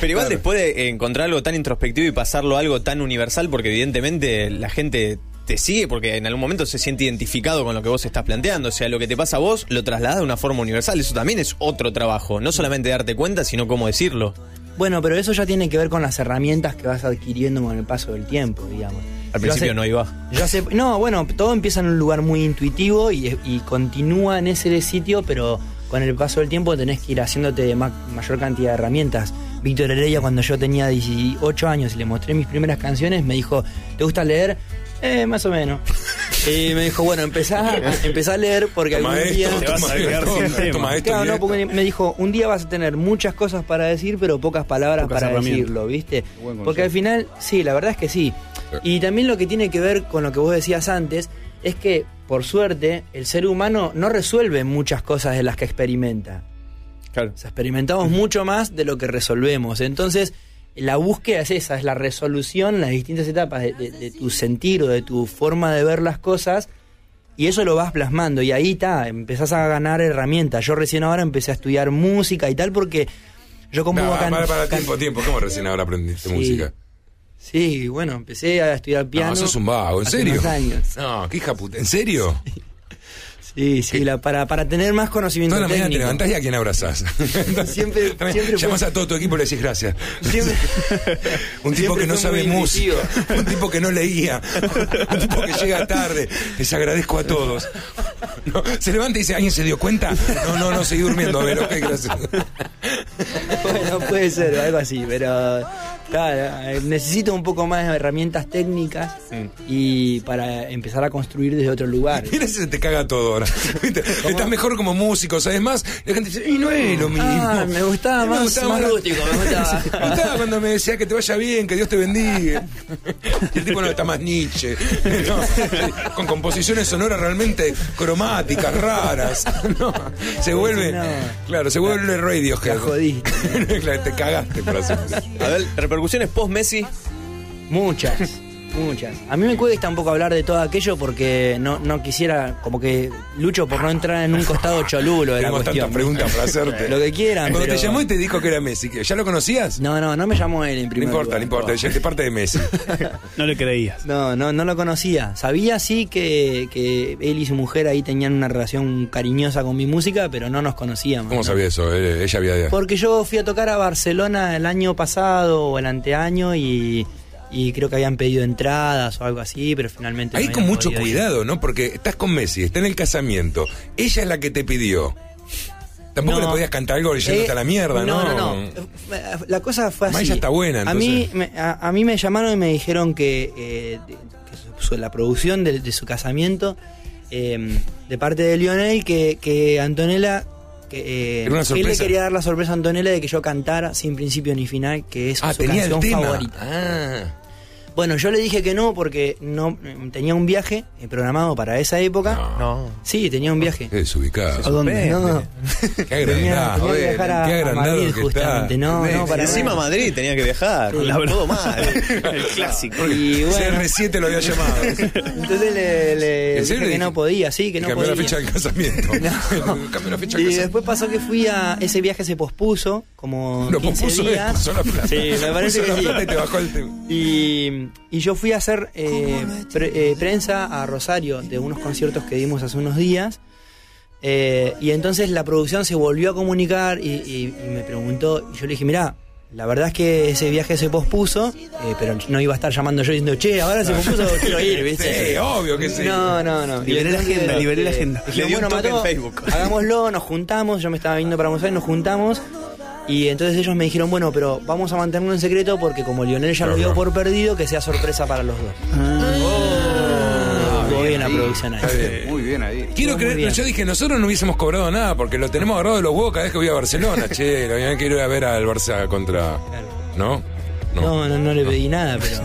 Pero igual después de encontrar algo tan introspectivo y pasarlo a algo tan universal, porque evidentemente la gente te sigue porque en algún momento se siente identificado con lo que vos estás planteando. O sea, lo que te pasa a vos lo trasladás de una forma universal. Eso también es otro trabajo. No solamente darte cuenta, sino cómo decirlo. Bueno, pero eso ya tiene que ver con las herramientas que vas adquiriendo con el paso del tiempo, digamos. Yo Al principio hace- no iba. yo hace- no, bueno, todo empieza en un lugar muy intuitivo y, y continúa en ese sitio, pero con el paso del tiempo tenés que ir haciéndote de ma- mayor cantidad de herramientas. Víctor Heredia, cuando yo tenía 18 años y le mostré mis primeras canciones, me dijo, ¿te gusta leer? Eh, más *laughs* o menos. Y me dijo, bueno, empezá, empezá a leer porque algún Toma día... esto, Te vas a toma quedar esto, sin toma tema. esto y Claro, no, esto. porque me dijo, un día vas a tener muchas cosas para decir, pero pocas palabras Pocas para herramientas. decirlo, ¿viste? Buen consejo. Porque al final, sí, la verdad es que sí. Y también lo que tiene que ver con lo que vos decías antes, es que, por suerte, el ser humano no resuelve muchas cosas de las que experimenta. Claro. O sea, experimentamos mucho más de lo que resolvemos. Entonces, la búsqueda es esa, es la resolución, las distintas etapas de, de- de tu sentir o de tu forma de ver las cosas Y eso lo vas plasmando y ahí está, empezás a ganar herramientas. Yo recién ahora empecé a estudiar música y tal porque yo como... No, para, para, tiempo, tiempo. ¿Cómo recién ahora aprendiste Sí. música? Sí, bueno, empecé a estudiar piano. No, sos un vago, ¿en hace serio? unos años. No, qué hija puta, ¿en serio? Sí, sí, la- para, para tener más conocimiento Toda la mañana te técnico. levantás y a quién abrazás. *laughs* Siempre- siempre Llamás fue- a todo tu equipo y le decís gracias. Siempre- *laughs* Un tipo Siempre que no fue sabe muy música, *laughs* intuitivo. un tipo que no leía, *laughs* un tipo que llega tarde. Les agradezco a todos. *laughs* No, se levanta y dice, ¿alguien se dio cuenta? No, no, no, seguí durmiendo. A ver, ok, gracias. *laughs* *laughs* bueno, puede ser, algo así, pero claro, eh, necesito un poco más de herramientas técnicas y para empezar a construir desde otro lugar. Mira, se te caga todo ahora. *laughs* ¿Viste? Estás mejor como músico, ¿sabes más? La gente dice, y no es lo mismo. Ah, me gustaba más- más la- rústico, me *laughs* gustaba. *laughs* Me gustaba cuando me decía que te vaya bien, que Dios te bendiga. Y el tipo no está más Nietzsche. No, con composiciones sonoras realmente cromáticas, raras. No, se vuelve. No. Claro, se vuelve Radiohead. La jodiste. *laughs* Claro, te cagaste, por así decirlo. A ver, repercusiones post-Messi. Muchas, muchas. A mí me cuesta un poco hablar de todo aquello porque no, no quisiera, como que lucho por no entrar en un costado cholulo de la Tenemos cuestión. tantas preguntas para hacerte. Lo que quieran, Cuando pero- te llamó y te dijo que era Messi, ¿ya lo conocías? No, no, no me llamó él en No primer importa, lugar. no importa, ya es parte de Messi. No le *laughs* creías. No, no, no lo conocía. Sabía sí que, que él y su mujer ahí tenían una relación cariñosa con mi música, pero no nos conocíamos. ¿Cómo ¿no? sabía eso? Eh, Ella había. Porque yo fui a tocar a Barcelona el año pasado o el anteaño y, y creo que habían pedido entradas o algo así, pero finalmente... no Ahí con habían mucho podido ir. cuidado, ¿no? Porque estás con Messi, está en el casamiento. Ella es la que te pidió. Tampoco No. le podías cantar algo yéndote Eh, a la mierda, ¿no? No, no, no. La cosa fue así. Maya está buena, A mí, entonces. me, a, a mí me llamaron y me dijeron que, eh, de- que su- su- la producción de, de su casamiento, eh, de parte de Lionel, que, que Antonella. Que, eh, Era una él le sorpresa. quería dar la sorpresa a Antonella de que yo cantara sin principio ni final, que es Ah, su tenía el canción tema. favorita. Ah. Bueno, yo le dije que no porque no eh, tenía un viaje eh, programado para esa época. No. Sí, tenía un viaje. Ah, Qué desubicado. ¿A dónde? No. *laughs* Qué agrandado. Tenía, tenía que joder, viajar a, qué a agrandado Madrid que está. justamente. No, no, para Encima a nada. Madrid tenía que viajar. Todo mal. *laughs* El clásico. Y bueno, CR7 lo había llamado. entonces le, le ¿En dije serio? que no podía, sí, *laughs* que Y no cambió podía. la fecha *laughs* del casamiento. *laughs* cambió la fecha del y casamiento. después pasó que fui a ese viaje se pospuso como Lo 15 pospuso él, días. puso la plata. Sí, me parece Puso que la sí. plata y te bajó el tema. Y, y yo fui a hacer eh, pre- eh, prensa a Rosario de unos conciertos que dimos hace unos días. Eh, y entonces la producción se volvió a comunicar y, y- y me preguntó, y yo le dije, mirá, la verdad es que ese viaje se pospuso, eh, pero no iba a estar llamando yo diciendo, che, ahora se pospuso, quiero ir, ¿viste? Sí, obvio que sí. No, no, no. Liberé la agenda, liberé la agenda. Le di dio un toque en Facebook. Hagámoslo, nos juntamos, yo me estaba viendo para Buenos Aires, nos juntamos. Y entonces ellos me dijeron, bueno, pero vamos a mantenerlo en secreto porque como Lionel ya lo Claro. dio por perdido, que sea sorpresa para los dos. Estuvo bien la producción ahí. Ah. Está bien. Muy bien ahí. Quiero Muy creer, bien. yo dije, nosotros no hubiésemos cobrado nada porque lo tenemos agarrado de los huevos cada vez que voy a *laughs* Barcelona. che, la verdad que quiero ir a ver al Barça contra. ¿No? No. No, no, no le pedí nada, pero...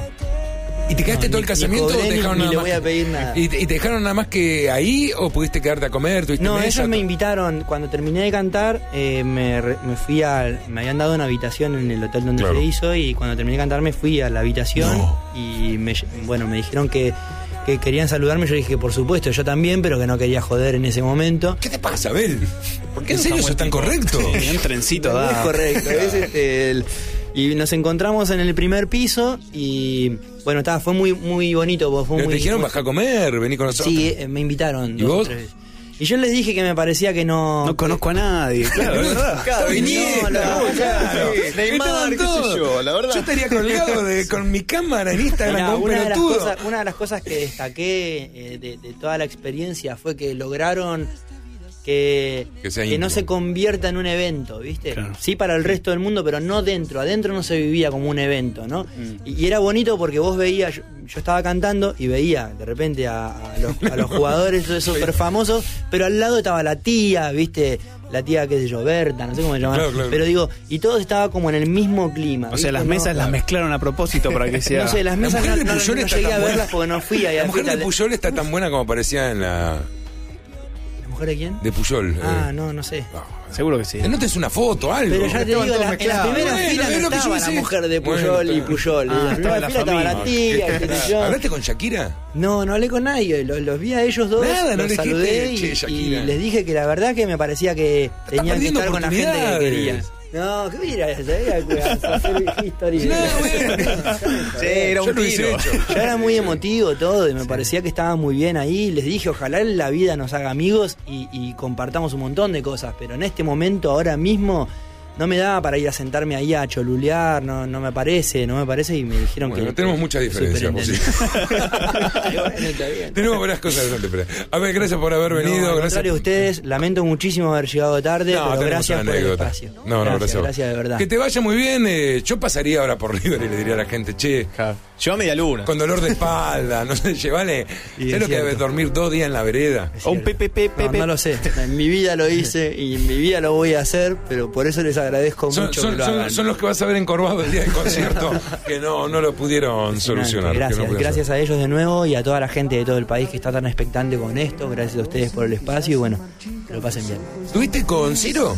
¿Y te quedaste no, todo el ni- casamiento o ni cobré te ni- dejaron ni nada le más? voy a pedir nada. ¿Y, te- y te dejaron nada más que ahí o pudiste quedarte a comer? ¿Tuviste No, mesa? ellos me invitaron, cuando terminé de cantar, eh, me, re- me fui al... Me habían dado una habitación en el hotel donde Claro. se hizo y cuando terminé de cantar me fui a la habitación No. y me, ll- bueno, me dijeron que, que querían saludarme, yo dije que por supuesto, yo también, pero que no quería joder en ese momento. ¿Qué te pasa, Abel? ¿Por qué en serio eso es tan correcto? Tenía un trencito, Es da. *laughs* correcto. es, este, el- y nos encontramos en el primer piso y bueno, estaba, fue muy, muy bonito. porque Fue Pero *laughs* muy, te dijeron, muy- baja a comer, vení con nosotros. Sí, eh, me invitaron. ¿Y dos o vos? tres veces. Y yo les dije que me parecía que no. No conozco a nadie, claro, es verdad. Está No, viniendo, la- claro. sí, Neymar, Estaban qué sé todos. yo, la verdad. Yo estaría colgado de- con mi cámara en Instagram Mirá, como un una, de las pelotudo. cosas, una de las cosas que destaqué eh, de, de toda la experiencia fue que lograron que, Que sea no íntimo. se convierta en un evento, ¿viste? Claro. Sí para el resto del mundo, pero no dentro. Adentro no se vivía como un evento, ¿no? Mm. Y, y era bonito porque vos veías, yo, yo estaba cantando y veía de repente a, a los, a los jugadores *laughs* esos súper famosos, pero al lado estaba la tía, ¿viste? La tía, qué sé yo, Berta, no sé cómo se llamaba. Claro, claro. Pero digo, y todo estaba como en el mismo clima. O sea, ¿viste? las No- mesas las mezclaron a propósito para que sea. no sé, las La mesas mujer no, de no- Puyol no está llegué tan a buena. verlas porque no fui ahí. La mujer de Puyol está tan buena como parecía en la. ¿Mujer de quién? De Puyol. Ah, eh. no, no sé. Ah, Seguro que sí. Te notes una foto, algo. Pero ya te estaban digo, todos la, en la mezclados. primera Bueno, fila es no lo que yo estaba la decía. mujer de Puyol Bueno, y está- Puyol. Ah, en la estaba primera la fila estaba la familia. tía, qué sé yo. ¿Hablaste con Shakira? No, no hablé con nadie, los, los vi a ellos dos, Nada, no los le saludé dijiste, "Che, y- y, Shakira". les dije que la verdad que me parecía que tenían que perdiendo estar con la gente que quería. oportunidades. No, que mira, sabía hacer history. No, bueno. *laughs* Sí, era Yo un lo hubiese tiro. hecho. Ya era muy emotivo todo y me parecía que estaba muy bien ahí. Les dije, ojalá la vida nos haga amigos y, y compartamos un montón de cosas, pero en este momento, ahora mismo, no me daba para ir a sentarme ahí a cholulear, no, no me parece, no me parece y me dijeron Bueno, que... tenemos pues, muchas diferencias, *laughs* Superintendente. Bueno, está bien. Tenemos varias cosas adelante. pero- A ver, gracias por haber venido. No, al gracias. contrario, a ustedes, lamento muchísimo haber llegado tarde, No, pero tenemos gracias una por el anécdota. espacio. No, no, gracias. gracias. Gracias de verdad. Que te vaya muy bien. eh, yo pasaría ahora por River y le diría a la gente, che, Yo a media luna. con dolor de espalda, no sé, llévale. Y ¿Sabes es lo que cierto. debes dormir dos días en la vereda? Es O un cierto. pepe, pepe, No, no lo sé. *laughs* En mi vida lo hice y en mi vida lo voy a hacer, pero por eso les agradezco Son, mucho son- que lo son- hagan. son los que vas a ver encorvados el día del *laughs* concierto que no, no lo pudieron solucionar. que no Gracias, pudieron gracias a ellos de nuevo y a toda la gente de todo el país que está tan expectante con esto. Gracias a ustedes por el espacio y bueno, que lo pasen bien. ¿Estuviste con Ciro?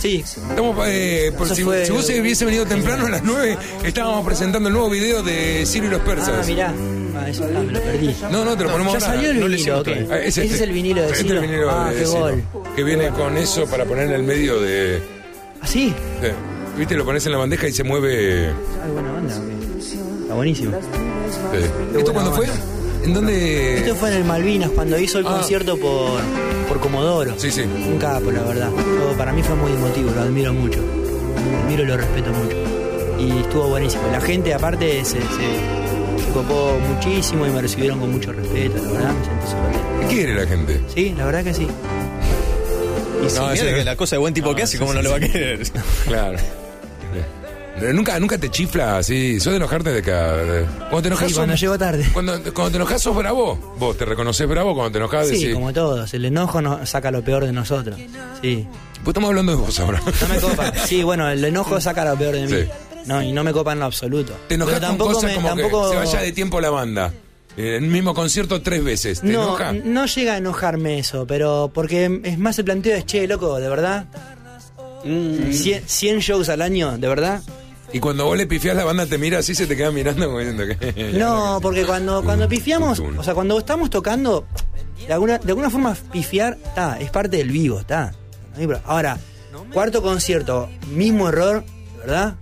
Sí, Estamos, eh, por Eso si, fue- si vos hubiese venido temprano a las 9, estábamos presentando el nuevo video de Ciro y los ah, persas. mirá, ah, eso, ah, me lo perdí. no, no, te lo ponemos ya ahora. salió el No le vinilo, hicimos ok. todavía. Ah, Ese es el vinilo de este Ciro. el vinilo Ah, de qué Ciro, gol. Que viene con eso para poner en el medio de. ¿Así? eh, Viste, lo pones en la bandeja y se mueve. Ay, buena banda. ok. Está buenísimo. eh. ¿Esto buena cuándo fue? banda. ¿En dónde? Esto fue en el Malvinas cuando hizo el Ah. concierto por, por Comodoro. Sí, sí. Un capo, la verdad. Yo- para mí fue muy emotivo, lo admiro mucho. Lo admiro y lo respeto mucho. Y estuvo buenísimo. La gente, aparte, se, se, se copó muchísimo y me recibieron con mucho respeto, la verdad. Me sentí súper bien. ¿Qué quiere la gente? Sí, la verdad que sí. Y si No, mira ese- que la cosa de buen tipo que hace, ¿cómo no lo va a querer? Claro. Pero Eh, nunca, nunca te chifla así. Sos de enojarte de cada. Cuando te enojas. Sí, cuando sos- llego tarde. Cuando, cuando te enojas sos bravo. Vos te reconoces bravo cuando te enojas Sí, decís. como todos. El enojo nos saca lo peor de nosotros. Sí. Pues estamos hablando de vos ahora. No me copa. Sí, bueno, el enojo saca lo peor de mí. Sí. No, y no me copa en lo absoluto. *laughs* Te enojas Pero con tampoco cosas me- como tampoco- que se vaya de tiempo la banda. Eh, En el mismo concierto tres veces. ¿Te No, enoja? no llega a enojarme eso, pero porque es más el planteo es, che, loco, ¿de verdad? Mm. 100, shows al año, ¿de verdad? Y cuando vos le pifiás la banda te mira así, se te queda mirando como diciendo que... *laughs* No, porque cuando, cuando pifiamos, Tun, tun. o sea, cuando estamos tocando, de alguna, de alguna forma pifiar, está, es parte del vivo, está. No hay pro- Ahora, cuarto concierto, mismo error, ¿de ¿verdad?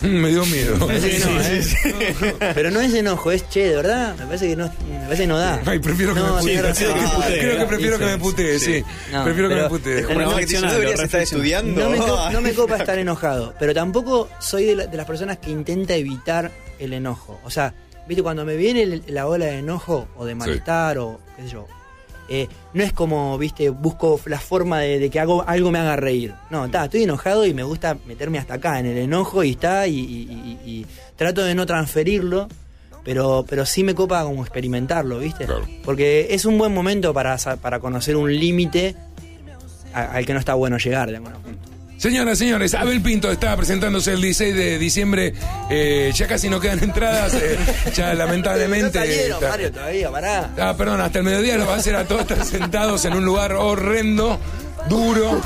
Mm, Me dio miedo. Parece que no, ¿eh? Pero no es enojo, es che, de verdad, me parece que no, me parece que no da. *laughs* Ay, prefiero que No, me sí, putee. prefiero que me putee. Creo que prefiero que me Sí, putee, sí. No, Prefiero que me pero- putee. Como una no, mamá que dice, reflexiona, no deberías lo estar reflexiona. estudiando. *laughs* No me, co- no me copa estar enojado, pero tampoco soy de, la- de las personas que intenta evitar el enojo. O sea, viste, cuando me viene el- la ola de enojo o de malestar o qué sé yo, eh, no es como, viste, busco la forma de, de que hago, algo me haga reír. No, está, estoy enojado y me gusta meterme hasta acá en el enojo y está, y, y- y- y trato de no transferirlo. Pero, pero sí me copa como experimentarlo, ¿viste? Claro. Porque es un buen momento para, sa- para conocer un límite a- al que no está bueno llegar, de alguna forma. Señoras, señores, Abel Pinto está presentándose el 16 de diciembre. Eh, ya casi no quedan entradas. *laughs* eh, ya lamentablemente... No salieron, está- Mario, todavía, pará. Ah, perdón, hasta el mediodía lo va a hacer a todos estar sentados en un lugar horrendo, duro.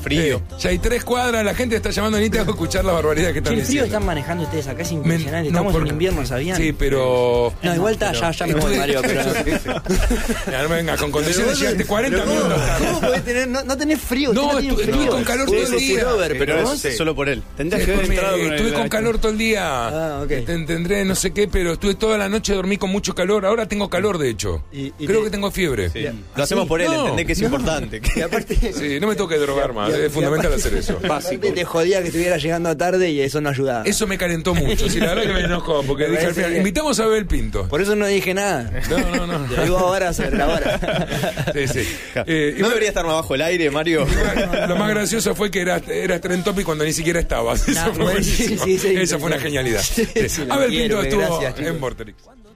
Frío. Eh, ya hay tres cuadras, la gente está llamando ni te hago escuchar las barbaridades que están Qué frío diciendo. están manejando ustedes acá, es Me- impresionante. no, Estamos porque- en invierno, ¿sabían? Sí, pero... No, igual está, ya, ya me voy, *laughs* Mario, pero... Ya, no venga, con condiciones llegaste 40 Pero minutos tarde. ¿Cómo podés tener? No, no tenés frío, No, usted no tiene estu- frío. estuve con calor Sí, todo el sí, sí, día. Robert, pero... Pero vos- es solo por él. Tendrías que haber Después me- entrado con estuve el- con calor todo el día. Ah, ok. Te- te- Tendré no sé qué, pero estuve toda la noche, dormí con mucho calor. Ahora tengo calor, de hecho. Y- y Creo te- que tengo fiebre. *laughs* Sí. Ah, Sí. Lo hacemos por él, No, entendés que es *laughs* importante. Y aparte... no me tengo que drogar más. Es fundamental hacer *laughs* eso. Aparte te jodía que estuviera llegando tarde y eso no ayudaba. Eso me calentó mucho. Sí, la verdad que me enojó. Porque Me dije al parece final, bien. invitamos a Abel Pinto. Por eso no dije *laughs* nada. No, no, no. *laughs* Lo digo ahora sobre la hora. Sí, sí. *laughs* Eh, y No debería estar más bajo el aire, Mario. Lo más gracioso fue que eras, eras tren topic cuando ni siquiera estabas. *laughs* Eso fue Nah, Ah, bueno, sí, buenísimo. sí, sí, Eso fue una sí. genialidad. *laughs* Sí, Sí. sí, lo Abel quiero, Pinto estuvo gracias, chicos. en Vorterix.